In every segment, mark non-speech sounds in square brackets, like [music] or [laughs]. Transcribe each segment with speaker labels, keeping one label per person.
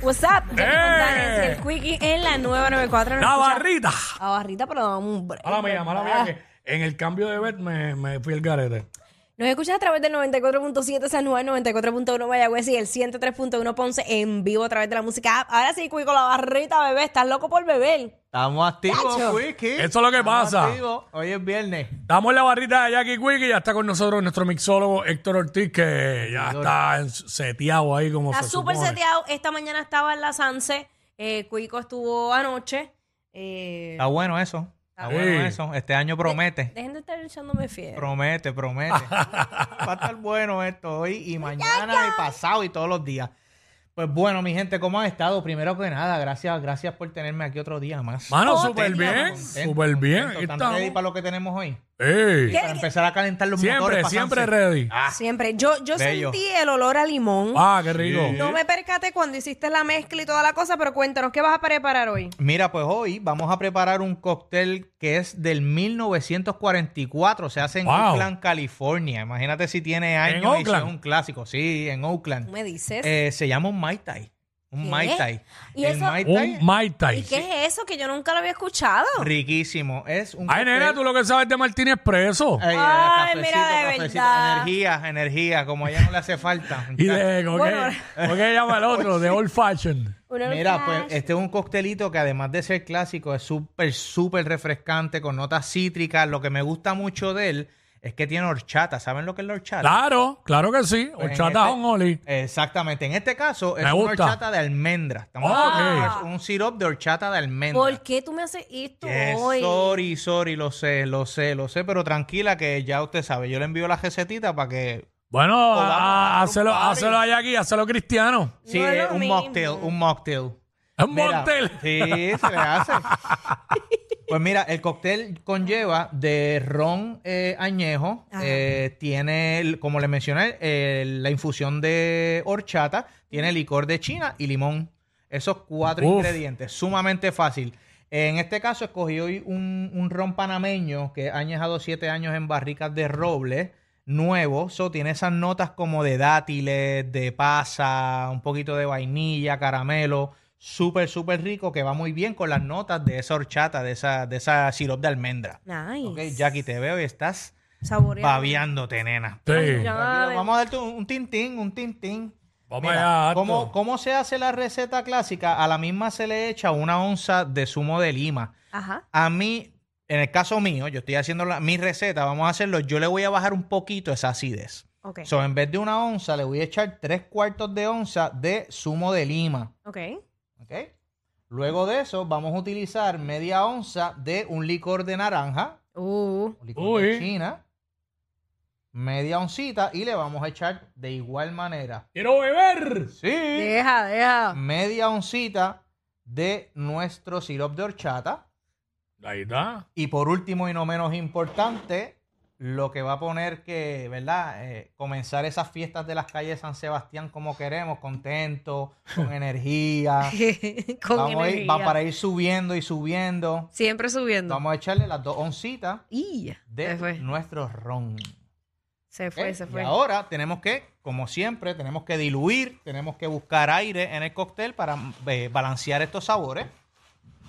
Speaker 1: What's up? Jennifer
Speaker 2: ¡Eh!
Speaker 1: González y el Quickie en la nueva 94. ¿no
Speaker 2: La
Speaker 1: escucha?
Speaker 2: barrita.
Speaker 1: La barrita, pero dame un break.
Speaker 2: Mala mía, mala mía,
Speaker 3: Ah.
Speaker 2: que en el cambio de bet me, me fui el garete.
Speaker 1: Nos escuchas a través del 94.7 San Juan, 94.1 Mayagüez y el 103.1 Ponce en vivo a través de la música app. Ahora sí, Cuico, la barrita, bebé. Estás loco por beber.
Speaker 3: Estamos activos,
Speaker 1: Chacho.
Speaker 3: Wiki.
Speaker 2: Eso es lo que pasa.
Speaker 3: Hoy es viernes.
Speaker 2: Damos la barrita de Jackie Quick y ya está con nosotros nuestro mixólogo Héctor Ortiz, que ya está en- seteado ahí como
Speaker 1: Está
Speaker 2: se
Speaker 1: súper
Speaker 2: supone.
Speaker 1: seteado. Esta mañana estaba en la Sanse. Eh, Cuico estuvo anoche. Eh,
Speaker 3: Está bueno eso. Está
Speaker 2: Sí.
Speaker 3: bueno eso. Este año promete.
Speaker 1: dejen de estar echándome fiel.
Speaker 3: Promete, promete.
Speaker 2: [laughs]
Speaker 3: Va a estar bueno esto hoy y mañana y pasado y todos los días. Pues bueno, mi gente, ¿cómo han estado? Primero que nada, gracias, gracias por tenerme aquí otro día más.
Speaker 2: Mano,
Speaker 1: Oh,
Speaker 3: Contento,
Speaker 2: súper bien,
Speaker 3: contento,
Speaker 2: súper bien.
Speaker 3: contento.
Speaker 2: Aquí
Speaker 3: ¿Están ready
Speaker 2: estamos.
Speaker 3: para lo que tenemos hoy?
Speaker 2: Ey.
Speaker 1: ¿Qué?
Speaker 3: Para empezar a calentar los
Speaker 2: Siempre,
Speaker 3: motores. pa'
Speaker 2: siempre
Speaker 3: Sunset.
Speaker 2: ready.
Speaker 3: Ah,
Speaker 1: Siempre. Yo, yo
Speaker 3: Bello.
Speaker 1: sentí el olor a limón.
Speaker 2: Ah, qué rico.
Speaker 1: No me percaté cuando hiciste la mezcla y toda la cosa, pero cuéntanos, ¿qué vas a preparar hoy?
Speaker 3: Mira, pues hoy vamos a preparar un cóctel que es del 1944. Se hace en
Speaker 2: Wow.
Speaker 3: Oakland, California. Imagínate si tiene años y si
Speaker 2: Oakland?
Speaker 3: es un clásico. Sí, en
Speaker 1: ¿Tú
Speaker 3: Oakland.
Speaker 1: me dices?
Speaker 3: Eh, se llama un Mai Tai. Un
Speaker 1: ¿Qué?
Speaker 3: Mai Tai.
Speaker 1: ¿Y
Speaker 3: El
Speaker 1: eso-
Speaker 3: Mai Tai
Speaker 2: Un Mai
Speaker 1: ¿Y
Speaker 2: Tai.
Speaker 1: qué es eso que yo nunca lo había escuchado?
Speaker 3: riquísimo. Es un
Speaker 2: Ay, nena, tú lo que sabes de Martínez Preso.
Speaker 3: Ay, eh,
Speaker 1: Ay, mira,
Speaker 3: cafecito,
Speaker 1: de
Speaker 3: cafecito.
Speaker 1: verdad.
Speaker 3: Energía, energía, como a ella no le hace falta.
Speaker 2: [laughs] Y de,
Speaker 1: [laughs]
Speaker 2: ¿cómo que-
Speaker 1: Bueno.
Speaker 2: cómo que llama el otro? De Old Fashion.
Speaker 1: Uno
Speaker 3: Mira,
Speaker 1: nunca-
Speaker 3: pues este es un coctelito que además de ser clásico es súper, súper refrescante, con notas cítricas. Lo que me gusta mucho de él es que tiene horchata. ¿Saben lo que es la horchata?
Speaker 2: Claro, claro que sí.
Speaker 3: Pues en
Speaker 2: Horchata
Speaker 3: este-
Speaker 2: con Oli.
Speaker 3: Exactamente. En este caso es
Speaker 2: Me
Speaker 3: una
Speaker 2: gusta. Ah.
Speaker 3: horchata de almendra. Estamos
Speaker 2: Ok.
Speaker 3: hablando de un sirop de horchata de almendra.
Speaker 1: ¿Por qué tú me haces esto
Speaker 3: Yes,
Speaker 1: hoy?
Speaker 3: sorry, sorry, lo sé, lo sé, lo sé, pero tranquila que ya usted sabe. Yo le envío la recetita para que...
Speaker 2: Bueno,
Speaker 3: vamos
Speaker 2: a-
Speaker 3: a hacer un
Speaker 2: hacelo,
Speaker 3: party.
Speaker 2: hacelo allá aquí, hacelo cristiano.
Speaker 3: Sí,
Speaker 1: No es
Speaker 3: eh,
Speaker 1: lo
Speaker 3: un
Speaker 1: mismo.
Speaker 3: mocktail, un mocktail.
Speaker 2: Es un
Speaker 3: Mira,
Speaker 2: mocktail.
Speaker 3: Sí, se le hace. Pues mira, el cóctel conlleva de ron eh, añejo,
Speaker 1: Ajá.
Speaker 3: eh, tiene, el- como les mencioné, eh, la infusión de horchata, tiene licor de China y limón. Esos cuatro
Speaker 2: Uf.
Speaker 3: ingredientes, sumamente fácil. En este caso escogí hoy un, un ron panameño que ha añejado siete años en barricas de roble, nuevo, so, tiene esas notas como de dátiles, de pasa, un poquito de vainilla, caramelo, súper, súper rico que va muy bien con las notas de esa horchata, de esa, de esa sirop de almendra.
Speaker 1: Nice.
Speaker 3: Ok, Jackie, te veo y estás
Speaker 1: Saboreado.
Speaker 3: babeándote, nena.
Speaker 2: Sí.
Speaker 1: Ya,
Speaker 3: Tranquilo,
Speaker 1: ven.
Speaker 3: Vamos a darte un, un tintín, un tintín.
Speaker 2: Vamos
Speaker 3: Mira,
Speaker 2: allá.
Speaker 3: ¿cómo,
Speaker 2: Ato.
Speaker 3: cómo se hace la receta clásica? A la misma se le echa una onza de zumo de lima.
Speaker 1: Ajá.
Speaker 3: A mí, en el caso mío, yo estoy haciendo la- mi receta, vamos a hacerlo, yo le voy a bajar un poquito esa acidez.
Speaker 1: Ok.
Speaker 3: So, en vez de una onza, le voy a echar tres cuartos de onza de zumo de lima.
Speaker 1: ok.
Speaker 3: ¿ok? Luego de eso, vamos a utilizar media onza de un licor de naranja,
Speaker 1: Uh,
Speaker 3: un licor de
Speaker 2: Uy.
Speaker 3: china, media oncita y le vamos a echar de igual manera.
Speaker 2: Quiero beber.
Speaker 1: Mm.
Speaker 3: Sí.
Speaker 1: deja, deja.
Speaker 3: Media oncita de nuestro sirope de horchata.
Speaker 2: Ahí está.
Speaker 3: Y por último y no menos importante, lo que va a poner que, ¿verdad? Eh, comenzar esas fiestas de las calles de San Sebastián como queremos, contento,
Speaker 1: [laughs]
Speaker 3: con energía.
Speaker 1: Con
Speaker 3: Ah. Vamos a ir-
Speaker 1: energía.
Speaker 3: va para ir subiendo y subiendo.
Speaker 1: Siempre subiendo.
Speaker 3: Vamos a echarle las dos oncitas
Speaker 1: Y
Speaker 3: de
Speaker 1: se fue.
Speaker 3: nuestro ron.
Speaker 1: Se
Speaker 3: ¿ok?
Speaker 1: fue, se fue.
Speaker 3: ¿Eh? Y ahora tenemos que, como siempre, tenemos que diluir, tenemos que buscar aire en el cóctel para eh, balancear estos sabores.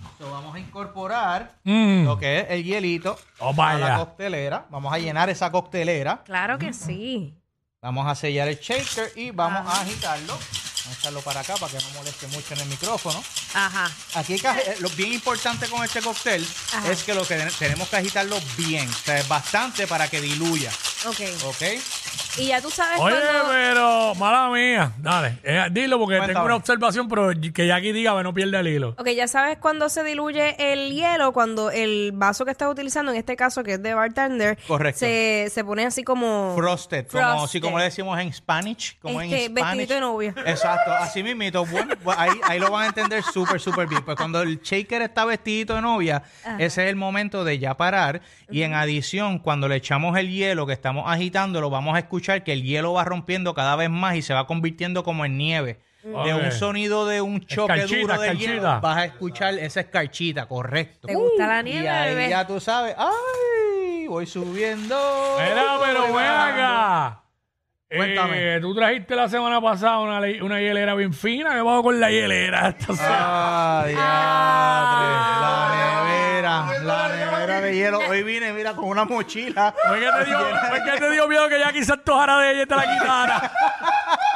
Speaker 3: Entonces vamos a incorporar
Speaker 2: Mm.
Speaker 3: lo que es el hielito
Speaker 2: Oh,
Speaker 3: a
Speaker 2: vaya.
Speaker 3: la coctelera. Vamos a llenar esa coctelera.
Speaker 1: Claro que sí.
Speaker 3: Vamos a sellar el shaker y vamos a agitarlo. Vamos a echarlo para acá para que no moleste mucho en el micrófono.
Speaker 1: Ajá.
Speaker 3: Aquí hay que agi- eh, lo bien importante con este cóctel
Speaker 1: Ajá.
Speaker 3: es que lo que ten- tenemos que agitarlo bien, o sea, es bastante para que diluya,
Speaker 1: Ok.
Speaker 3: ¿ok?
Speaker 1: Y ya tú sabes
Speaker 2: Oye,
Speaker 1: cuando...
Speaker 2: pero, mala mía. Dale, eh, dilo porque
Speaker 3: Cuéntame.
Speaker 2: tengo una observación, pero que Jackie diga que no pierda el hilo.
Speaker 1: Ok, ya sabes cuando se diluye el hielo, cuando el vaso que estás utilizando, en este caso que es de bartender,
Speaker 3: Correcto.
Speaker 1: Se, se pone así como...
Speaker 3: Frosted, como si
Speaker 1: Frosted.
Speaker 3: como le decimos en Spanish, como
Speaker 1: Este,
Speaker 3: en Spanish.
Speaker 1: vestidito de novia.
Speaker 3: Exacto, así mismito. Bueno, bu- ahí, ahí lo van a entender súper, súper bien. Pues cuando el shaker está vestidito de novia, ese es el momento de ya parar. Y en adición, cuando le echamos el hielo que estamos agitándolo, vamos a escuchar que el hielo va rompiendo cada vez más y se va convirtiendo como en nieve.
Speaker 1: Mm.
Speaker 3: De
Speaker 2: Ok.
Speaker 3: un sonido de un choque
Speaker 2: Escarchita,
Speaker 3: duro de
Speaker 2: escarchita.
Speaker 3: hielo, vas a escuchar esa escarchita, correcto. Uh,
Speaker 1: ¿Te gusta la
Speaker 3: y
Speaker 1: nieve,
Speaker 3: ahí
Speaker 1: bebé?
Speaker 3: ya tú sabes, ¡ay! Voy subiendo.
Speaker 2: Mira, pero
Speaker 3: voy
Speaker 2: ven
Speaker 3: bajando.
Speaker 2: acá.
Speaker 3: Oh, Cuéntame.
Speaker 2: Eh, tú trajiste la semana pasada una, le- una hielera bien fina. ¿Qué pasó con la hielera? [laughs] Esta
Speaker 3: Ah.
Speaker 2: semana?
Speaker 3: Ay, diadre, la nevera, la nevera de hielo. Hoy vine, mira, con una mochila.
Speaker 2: ¿Por qué te dio, por qué te dio miedo que ya quizás antojara de ella y te la
Speaker 3: [laughs]
Speaker 2: quitara?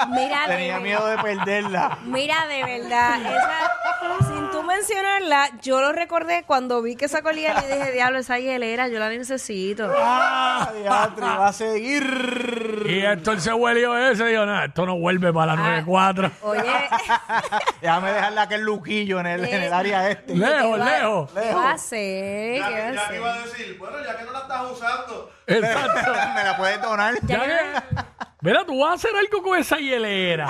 Speaker 1: Mira, de
Speaker 3: Tenía
Speaker 1: ver-
Speaker 3: miedo de perderla.
Speaker 1: Mira, de verdad, esa, sin tú mencionarla, yo lo recordé cuando vi que esa colía y dije, diablo, esa hielera, yo la necesito.
Speaker 3: Ah, diadre, va a seguir.
Speaker 2: Y Héctor se huelió ese. Dijo, nada, esto no vuelve para la 94.
Speaker 1: Oye,
Speaker 3: Déjame dejarle aquel luquillo en el, en el área este.
Speaker 2: Lejos,
Speaker 1: ¿qué va-
Speaker 2: lejos.
Speaker 1: ¿Qué va a hacer? ¿Qué
Speaker 4: Ya, que-
Speaker 1: va a
Speaker 4: ya que iba
Speaker 1: hacer?
Speaker 4: a decir, bueno, ya que no la estás usando,
Speaker 2: Exacto.
Speaker 3: Me la puedes donar.
Speaker 2: Ya que- Mira, tú vas a hacer algo con esa hielera.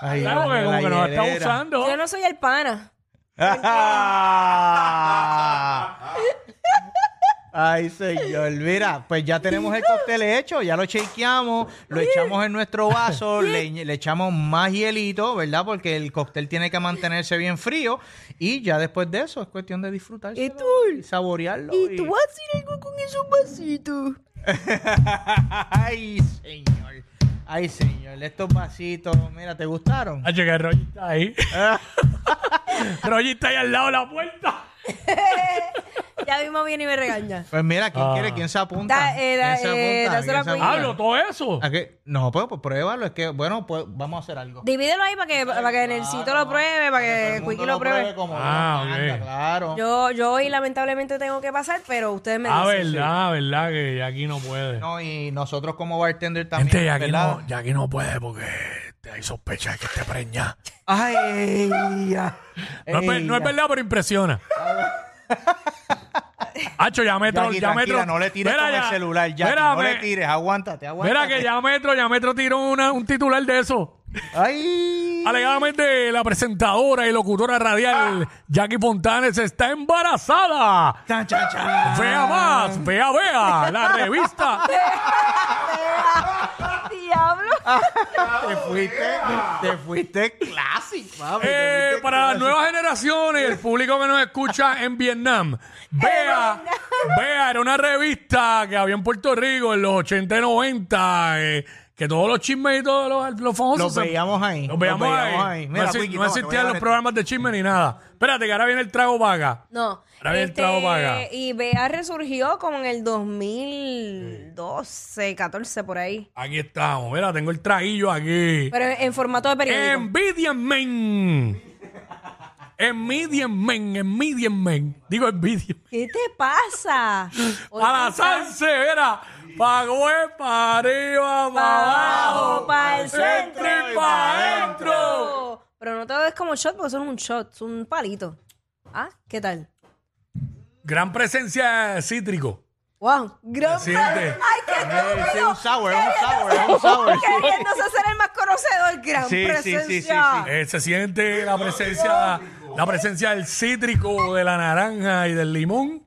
Speaker 3: Ay,
Speaker 2: Claro, porque como que nos está usando.
Speaker 1: Yo no soy el pana.
Speaker 3: Ah. [laughs] Ay, señor, mira, pues ya tenemos el cóctel hecho, ya lo chequeamos, lo echamos en nuestro vaso, le, le echamos más hielito, ¿verdad? Porque el cóctel tiene que mantenerse bien frío y ya después de eso es cuestión de disfrutarlo
Speaker 1: ¿Y tú?
Speaker 3: y saborearlo.
Speaker 1: ¿Y tú vas a hacer algo con esos vasitos?
Speaker 3: [laughs] Ay, señor, ay, señor, estos vasitos, mira, ¿te gustaron?
Speaker 2: Ah, que Roy está
Speaker 3: [laughs]
Speaker 2: ahí. Roy está ahí al lado de la puerta.
Speaker 1: Ya mismo viene y me regaña.
Speaker 3: Pues mira, ¿quién
Speaker 2: Ah.
Speaker 3: quiere? ¿Quién se apunta?
Speaker 1: Da- eh, da-
Speaker 3: ¿Quién se
Speaker 1: eh,
Speaker 3: apunta?
Speaker 1: dásela
Speaker 3: ¿Quién se
Speaker 1: a
Speaker 2: Hablo Ah, todo eso.
Speaker 3: ¿A qué? No, pues, pues pruébalo. Es que, bueno, pues vamos a hacer algo.
Speaker 1: Divídelo ahí para que, para que Nelsito lo pruebe, para
Speaker 3: Todo el
Speaker 1: que
Speaker 3: mundo
Speaker 1: Quickie lo pruebe.
Speaker 3: como
Speaker 2: Ah,
Speaker 3: Dios manda,
Speaker 2: ok.
Speaker 3: claro.
Speaker 1: Yo, yo hoy lamentablemente tengo que pasar, pero ustedes me
Speaker 2: Ah,
Speaker 1: dicen.
Speaker 2: verdad, verdad, que aquí no puede.
Speaker 3: No, y nosotros como bartender también.
Speaker 2: Gente, Jackie
Speaker 3: ¿verdad?
Speaker 2: no, Jackie no puede porque te- hay sospecha de que esté preñada.
Speaker 3: Ay, ya.
Speaker 2: No, es ver- no es verdad, pero
Speaker 3: [laughs]
Speaker 2: impresiona. Hacho, ya metro,
Speaker 3: Jackie,
Speaker 2: ya
Speaker 3: tranquila,
Speaker 2: metro.
Speaker 3: no le tires
Speaker 2: Mira,
Speaker 3: con
Speaker 2: ya-
Speaker 3: el celular, ya.
Speaker 2: mira,
Speaker 3: No le
Speaker 2: me-
Speaker 3: tires, aguántate, aguántate.
Speaker 2: Mira que ya metro, ya metro tiró una- un titular de eso.
Speaker 3: Ay.
Speaker 2: Alegadamente la presentadora y locutora radial Jackie Fontanes está embarazada.
Speaker 3: Chan, chan, chan.
Speaker 2: Vea más, vea, vea, la revista.
Speaker 1: [laughs] Diablo.
Speaker 3: Te fuiste, te fuiste classic, papi. te
Speaker 2: Eh,
Speaker 3: fuiste
Speaker 2: para las
Speaker 3: classic.
Speaker 2: nuevas generaciones, el público que nos escucha en Vietnam, vea, vea, era una revista que había en Puerto Rico en los 80 y 90, eh, que todos los chismes y todos los, los famosos...
Speaker 3: Los
Speaker 2: se-
Speaker 3: veíamos ahí,
Speaker 2: Los veíamos
Speaker 3: los
Speaker 2: ahí.
Speaker 3: veíamos ahí. Mira,
Speaker 2: no, exi-
Speaker 3: Wiki,
Speaker 2: no
Speaker 3: toma, te voy a
Speaker 2: existían
Speaker 3: dar
Speaker 2: los
Speaker 3: esto.
Speaker 2: programas de chisme ni nada. Espérate, que ahora viene el trago vaga.
Speaker 1: No. este,
Speaker 2: Ahora viene el trago vaga.
Speaker 1: Y Bea resurgió como en el 2012, 14, por ahí.
Speaker 2: Aquí estamos, mira, tengo el traguillo aquí.
Speaker 1: Pero en formato de
Speaker 2: Em.
Speaker 1: periódico.
Speaker 2: Envidienme. Envidienme, envidienme. Digo envidienme.
Speaker 1: ¿Qué te pasa? Hoy
Speaker 2: A la
Speaker 1: tú
Speaker 2: salsa, mira. Pagüe para arriba, para abajo,
Speaker 1: para el
Speaker 2: centro y para adentro.
Speaker 1: Pero no te lo des como shot porque eso no es un shot, es un palito. Ah, ¿qué tal?
Speaker 2: Gran presencia de cítrico.
Speaker 1: ¡Wow! ¡Gran
Speaker 2: Se
Speaker 1: Ay,
Speaker 2: siente.
Speaker 1: qué
Speaker 3: Eh,
Speaker 1: estúpido!
Speaker 3: sí, un sour, un sour,
Speaker 1: Queriéndose-
Speaker 3: un sour.
Speaker 1: Queriéndose ser el más conocedor, gran
Speaker 3: Sí, sí, sí, sí,
Speaker 1: presencia.
Speaker 3: sí.
Speaker 2: Eh, se siente la presencia, la presencia del cítrico, de la naranja y del limón.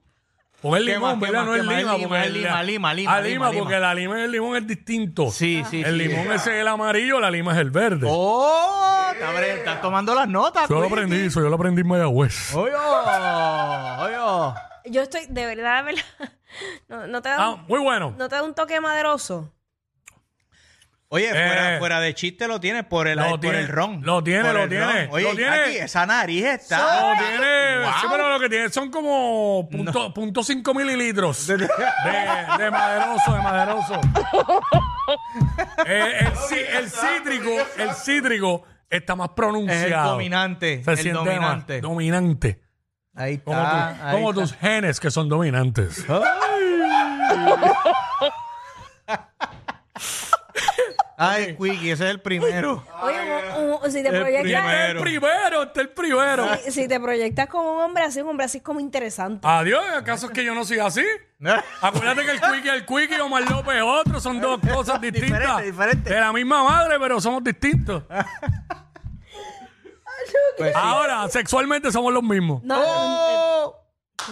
Speaker 2: Pon el
Speaker 3: ¿Qué
Speaker 2: limón,
Speaker 3: más, qué
Speaker 2: ¿verdad?
Speaker 3: más,
Speaker 2: No
Speaker 3: qué
Speaker 2: el
Speaker 3: más?
Speaker 2: lima,
Speaker 3: Lima,
Speaker 2: porque
Speaker 3: es
Speaker 2: el-
Speaker 3: lima, lima, lima,
Speaker 2: Ah,
Speaker 3: lima,
Speaker 2: lima, porque
Speaker 3: lima.
Speaker 2: la lima y el limón es distinto.
Speaker 3: Sí, sí,
Speaker 2: El
Speaker 3: sí.
Speaker 2: limón ese es el amarillo, la lima es el verde.
Speaker 3: ¡Oh! te abre- Estás tomando las notas.
Speaker 2: yo lo
Speaker 3: Quickie.
Speaker 2: aprendí, eso yo lo aprendí en
Speaker 1: Oh.
Speaker 2: Mayagüez.
Speaker 3: ¡Oyo! ¡Oyo!
Speaker 1: Yo estoy, de verdad, de verdad. No, no te da
Speaker 2: Ah,
Speaker 1: un,
Speaker 2: muy bueno.
Speaker 1: no te da un toque maderoso.
Speaker 3: Oye, fuera,
Speaker 2: Eh.
Speaker 3: fuera de chiste lo tienes por el,
Speaker 2: Lo
Speaker 3: por
Speaker 2: tiene,
Speaker 3: el ron.
Speaker 2: lo tiene,
Speaker 3: Por
Speaker 2: lo
Speaker 3: el
Speaker 2: tiene,
Speaker 3: ron. Oye,
Speaker 2: lo tiene.
Speaker 3: Jackie, esa nariz
Speaker 2: No,
Speaker 3: [laughs] está.
Speaker 2: tiene,
Speaker 3: Wow.
Speaker 2: sí, pero lo que tiene son como punto, punto cinco mililitros de, de maderoso, de maderoso. Eh, el, ci- el cítrico, el cítrico está más
Speaker 3: Es el
Speaker 2: pronunciado.
Speaker 3: dominante.
Speaker 2: Se
Speaker 3: el
Speaker 2: siente más
Speaker 3: dominante.
Speaker 2: dominante.
Speaker 3: Ahí está.
Speaker 2: Como, tu-
Speaker 3: ahí
Speaker 2: como
Speaker 3: está.
Speaker 2: tus genes que son dominantes.
Speaker 3: Ay, Quickie, ese es el primero.
Speaker 1: Oye, un- un- si te
Speaker 3: eh. el
Speaker 1: proyectas.
Speaker 2: Está el primero, está el primero.
Speaker 1: Si, si te proyectas como un hombre así, un hombre así es como interesante.
Speaker 2: Adiós, ¿acaso es que yo no soy así?
Speaker 3: [laughs]
Speaker 2: Acuérdate que el Quickie, el Quickie y Omar López es otro son dos cosas distintas.
Speaker 3: Diferente, diferente.
Speaker 2: De la misma madre, pero somos distintos.
Speaker 3: Pues sí.
Speaker 2: Ahora, sexualmente somos los mismos.
Speaker 1: No,
Speaker 3: ¡Oh!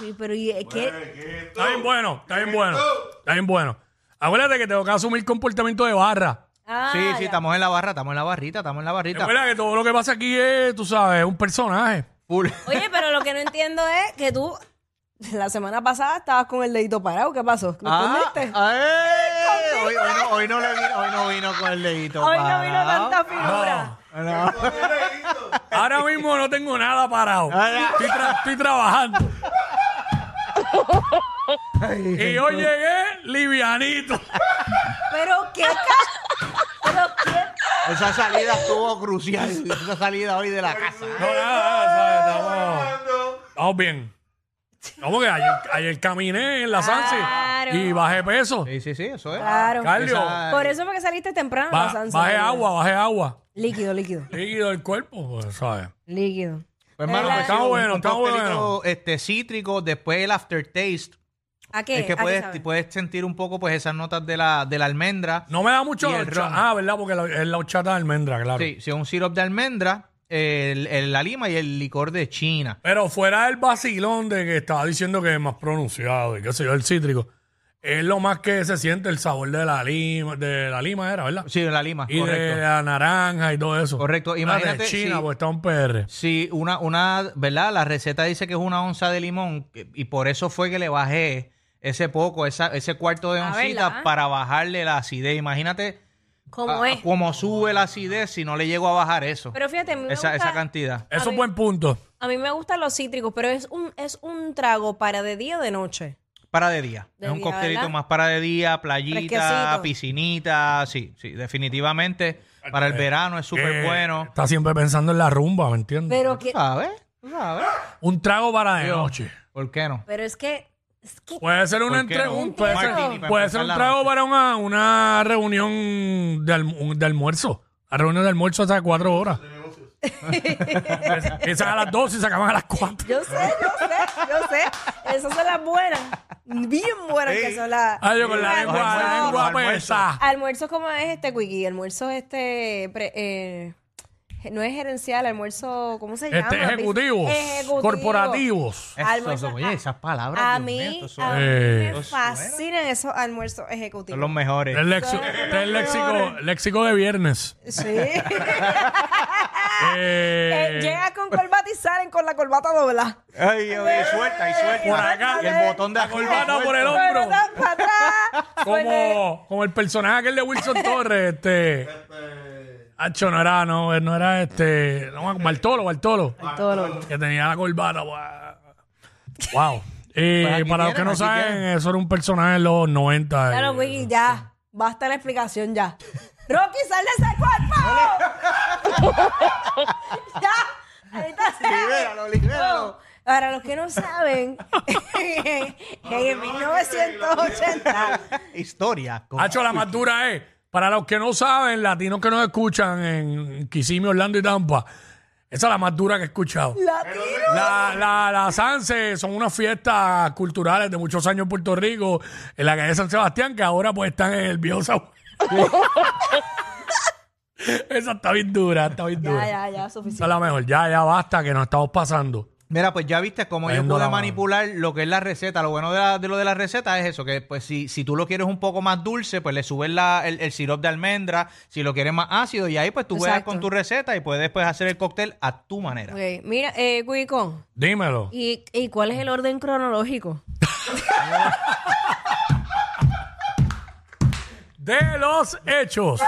Speaker 1: eh, pero ¿y eh, qué?
Speaker 4: ¿qué es esto?
Speaker 2: Está bien bueno, está bien bueno. Está bien bueno. Acuérdate que tengo que asumir comportamiento de barra.
Speaker 1: Ah,
Speaker 3: Sí, sí,
Speaker 1: ya.
Speaker 3: estamos en la barra, estamos en la barrita, estamos en la barrita.
Speaker 2: Recuerda que todo lo que pasa aquí es, tú sabes, un personaje.
Speaker 3: Full.
Speaker 1: Oye, pero lo que no entiendo es que tú la semana pasada estabas con el dedito parado. ¿Qué pasó? ¿Lo
Speaker 3: Ah,
Speaker 1: escondiste?
Speaker 3: ah, Hoy, hoy no, hoy no le vino, hoy no vino con el dedito.
Speaker 1: Hoy no
Speaker 3: parado.
Speaker 1: vino tanta figura.
Speaker 3: No.
Speaker 4: [laughs]
Speaker 2: Ahora mismo no tengo nada parado.
Speaker 3: Ahora-
Speaker 2: Estoy, tra- estoy trabajando. Y yo llegué
Speaker 3: [laughs]
Speaker 2: livianito.
Speaker 1: Pero qué ca- Pero qué.
Speaker 3: Esa salida estuvo crucial. Esa salida hoy de la casa.
Speaker 2: No, nada, nada, ¿sabes? Estamos- Vamos bien. Vamos que ayer, ayer caminé en la Sanse
Speaker 1: Claro.
Speaker 2: y bajé peso.
Speaker 3: Sí, sí, sí, eso es.
Speaker 1: Claro.
Speaker 2: Cardio.
Speaker 3: Esa-
Speaker 1: Por eso fue que saliste temprano,
Speaker 2: Ba-
Speaker 1: Sansa.
Speaker 2: bajé agua, bajé agua.
Speaker 1: Líquido, líquido.
Speaker 2: Líquido del cuerpo, pues, ¿sabes?
Speaker 1: Líquido.
Speaker 3: Pues,
Speaker 1: Eh,
Speaker 3: ha
Speaker 1: está
Speaker 3: sido un-
Speaker 2: bueno,
Speaker 3: un
Speaker 2: está
Speaker 3: coctelito,
Speaker 2: bueno.
Speaker 3: Este, cítrico, después el aftertaste.
Speaker 1: ¿A qué?
Speaker 3: Es
Speaker 1: ¿A
Speaker 3: que
Speaker 1: qué
Speaker 3: puedes,
Speaker 1: sabe?
Speaker 3: puedes sentir un poco pues esas notas de la, de la almendra.
Speaker 2: No me da mucho
Speaker 3: Y
Speaker 2: la
Speaker 3: el
Speaker 2: horchata.
Speaker 3: ron.
Speaker 2: Ah, ¿verdad? Porque la- es la horchata de almendra, claro.
Speaker 3: Sí, sí, un sirope de almendra, el, el- la lima y el licor de China.
Speaker 2: Pero fuera del vacilón de que estaba diciendo que es más pronunciado y qué sé yo, el cítrico, es lo más que se siente el sabor de la lima, de la lima era, ¿verdad?
Speaker 3: Sí, la lima,
Speaker 2: y
Speaker 3: correcto.
Speaker 2: de la naranja y todo eso.
Speaker 3: Correcto.
Speaker 2: Ah,
Speaker 3: Imagínate
Speaker 2: de China,
Speaker 3: si-
Speaker 2: pues está un PR.
Speaker 3: Sí, una, una, ¿verdad? La receta dice que es una onza de limón que- y por eso fue que le bajé ese poco, esa, ese cuarto de
Speaker 1: Ah, ¿verdad?
Speaker 3: oncita para bajarle la acidez. Imagínate
Speaker 1: ¿Cómo
Speaker 3: ah,
Speaker 1: es?
Speaker 3: cómo sube la acidez si no le llego a bajar eso,
Speaker 1: Pero fíjate, a mí, me
Speaker 3: esa,
Speaker 1: gusta-
Speaker 3: esa cantidad.
Speaker 2: Eso
Speaker 1: ver.
Speaker 2: es buen punto.
Speaker 1: a mí me gustan los cítricos, pero es un, es un trago para de día o de noche.
Speaker 3: Para de día.
Speaker 1: De
Speaker 3: es un
Speaker 1: día,
Speaker 3: coctelito
Speaker 1: ¿verdad?
Speaker 3: más para de día, playita,
Speaker 1: Fresquecito.
Speaker 3: piscinita. Sí, sí, definitivamente. Para el verano es
Speaker 2: Que
Speaker 3: súper bueno.
Speaker 2: Está siempre pensando en la rumba, ¿me entiendes?
Speaker 1: Pero
Speaker 3: ¿Tú
Speaker 1: que,
Speaker 3: sabes? ¿Tú sabes?
Speaker 2: un trago para de
Speaker 3: Yo.
Speaker 2: noche.
Speaker 3: ¿Por qué no?
Speaker 1: pero es que, es que
Speaker 2: Puede ser un
Speaker 3: ¿Por qué
Speaker 2: entre-
Speaker 3: no?
Speaker 2: un-
Speaker 1: Un
Speaker 2: puede
Speaker 1: trago.
Speaker 2: ser,
Speaker 1: Martini
Speaker 3: para
Speaker 2: puede
Speaker 3: empezar
Speaker 2: ser un
Speaker 3: la
Speaker 2: trago
Speaker 3: noche.
Speaker 2: para una, una reunión de, alm- un- de almuerzo. La reunión de almuerzo hasta cuatro horas. [laughs] Empiezan a las 12 y se acaban a las 4.
Speaker 1: yo sé, yo sé, yo sé. Esas son las buenas. Bien buenas que son las.
Speaker 2: Ay, yo con la
Speaker 1: las
Speaker 2: lengua, la
Speaker 1: almuerzos-
Speaker 2: lengua
Speaker 3: almuerzo.
Speaker 2: pesa.
Speaker 1: Almuerzo como es este, Quickie. Almuerzo este. pre- eh, no es gerencial, almuerzo. ¿Cómo se llama?
Speaker 2: Este, ejecutivos,
Speaker 1: Ejecutivo.
Speaker 2: corporativos.
Speaker 3: Eso,
Speaker 1: Almuerzo-
Speaker 3: oye, esas palabras.
Speaker 1: A
Speaker 3: Dios mío,
Speaker 1: mí,
Speaker 3: estos son-
Speaker 1: a mí
Speaker 2: Eh.
Speaker 1: me fascinan esos almuerzos
Speaker 3: Son los
Speaker 1: ejecutivos.
Speaker 3: mejores.
Speaker 2: El, léxico- el léxico, léxico de viernes.
Speaker 1: Sí. [laughs] Eh,
Speaker 2: Eh,
Speaker 1: Llegan con corbata y salen con la corbata doblada.
Speaker 3: Ay, oye, suelta y suelta.
Speaker 2: Por acá.
Speaker 3: Y el botón de
Speaker 2: La
Speaker 3: acá.
Speaker 2: corbata Ah, por el
Speaker 3: suelta.
Speaker 2: hombro.
Speaker 1: Corbata para atrás. Suele-
Speaker 2: como, como el personaje aquel de
Speaker 3: [laughs]
Speaker 2: Wilson Torres, este. Acho, no era, no, no era este. no, Bartolo, Bartolo.
Speaker 1: Todo lo-
Speaker 2: Que tenía la corbata. guau. Wow. Eh,
Speaker 3: Pues aquí
Speaker 2: para los que
Speaker 3: tienen,
Speaker 2: no
Speaker 3: aquí
Speaker 2: saben,
Speaker 3: tienen.
Speaker 2: eso era un personaje de los 90.
Speaker 1: Ya
Speaker 2: eh.
Speaker 1: no, Wiki, ya. Basta la explicación ya. Rocky, sal de ese cuerpo. [laughs] ya. Ahorita se-
Speaker 3: Libéralo, libéralo.
Speaker 1: Ahora, Oh, los que no
Speaker 3: [laughs]
Speaker 1: saben, en 1980,
Speaker 3: Historia. con-
Speaker 2: Acho, la más dura es. Para los que no saben, latinos que nos escuchan en Kissimmee, Orlando y Tampa, esa es la más dura que he escuchado.
Speaker 1: latinos.
Speaker 2: La, la, la Sanse son unas fiestas culturales de muchos años en Puerto Rico, en la calle de San Sebastián, que ahora pues están en el viejo San [laughs] Esa está bien dura, está bien dura.
Speaker 1: Ya, ya, ya,
Speaker 2: Esa es
Speaker 1: suficiente.
Speaker 2: la mejor. Ya, ya basta, que nos estamos pasando.
Speaker 3: Mira, pues ya viste cómo yo
Speaker 2: Cayendo la
Speaker 3: pude
Speaker 2: mano.
Speaker 3: manipular lo que es la receta. Lo bueno de, la- de lo de la receta es eso, que pues si, si tú lo quieres un poco más dulce, pues le subes la, el, el sirope de almendra. Si lo quieres más ácido, y ahí pues tú juegas
Speaker 1: Exacto.
Speaker 3: con tu receta y puedes pues, hacer el cóctel a tu manera.
Speaker 1: Ok, Mira, eh, Cuico,
Speaker 2: Dímelo.
Speaker 1: ¿y, ¿y cuál es el orden cronológico?
Speaker 2: De los
Speaker 1: [laughs]
Speaker 2: hechos.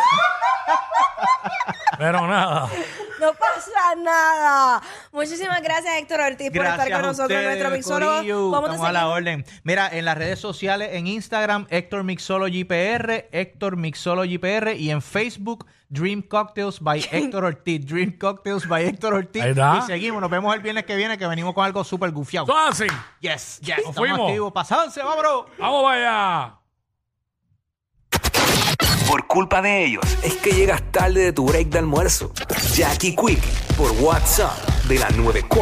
Speaker 2: Pero nada.
Speaker 1: No pasa nada. Muchísimas gracias, Héctor Ortiz, por estar con
Speaker 3: a
Speaker 1: nosotros,
Speaker 3: ustedes,
Speaker 1: nuestro
Speaker 3: corillo.
Speaker 1: mixólogo. ¿Cómo te
Speaker 3: Estamos a la
Speaker 1: seguimos?
Speaker 3: orden. Mira, en las redes sociales, en Instagram, Héctor Mixology PR, Héctor Mixology PR y en Facebook, Dream Cocktails by
Speaker 1: [laughs]
Speaker 3: Héctor Ortiz. Dream Cocktails by Héctor Ortiz.
Speaker 2: Ahí está.
Speaker 3: Y seguimos. Nos vemos el viernes que viene que venimos con algo súper gufiado.
Speaker 2: Todo así.
Speaker 3: Yes, yes.
Speaker 2: Nos
Speaker 3: Estamos
Speaker 2: fuimos.
Speaker 3: activos. Pasanse, vámonos.
Speaker 2: Vamos para allá.
Speaker 5: Por culpa de ellos es que llegas tarde de tu break de almuerzo. Jackie Quick por WhatsApp de la 94.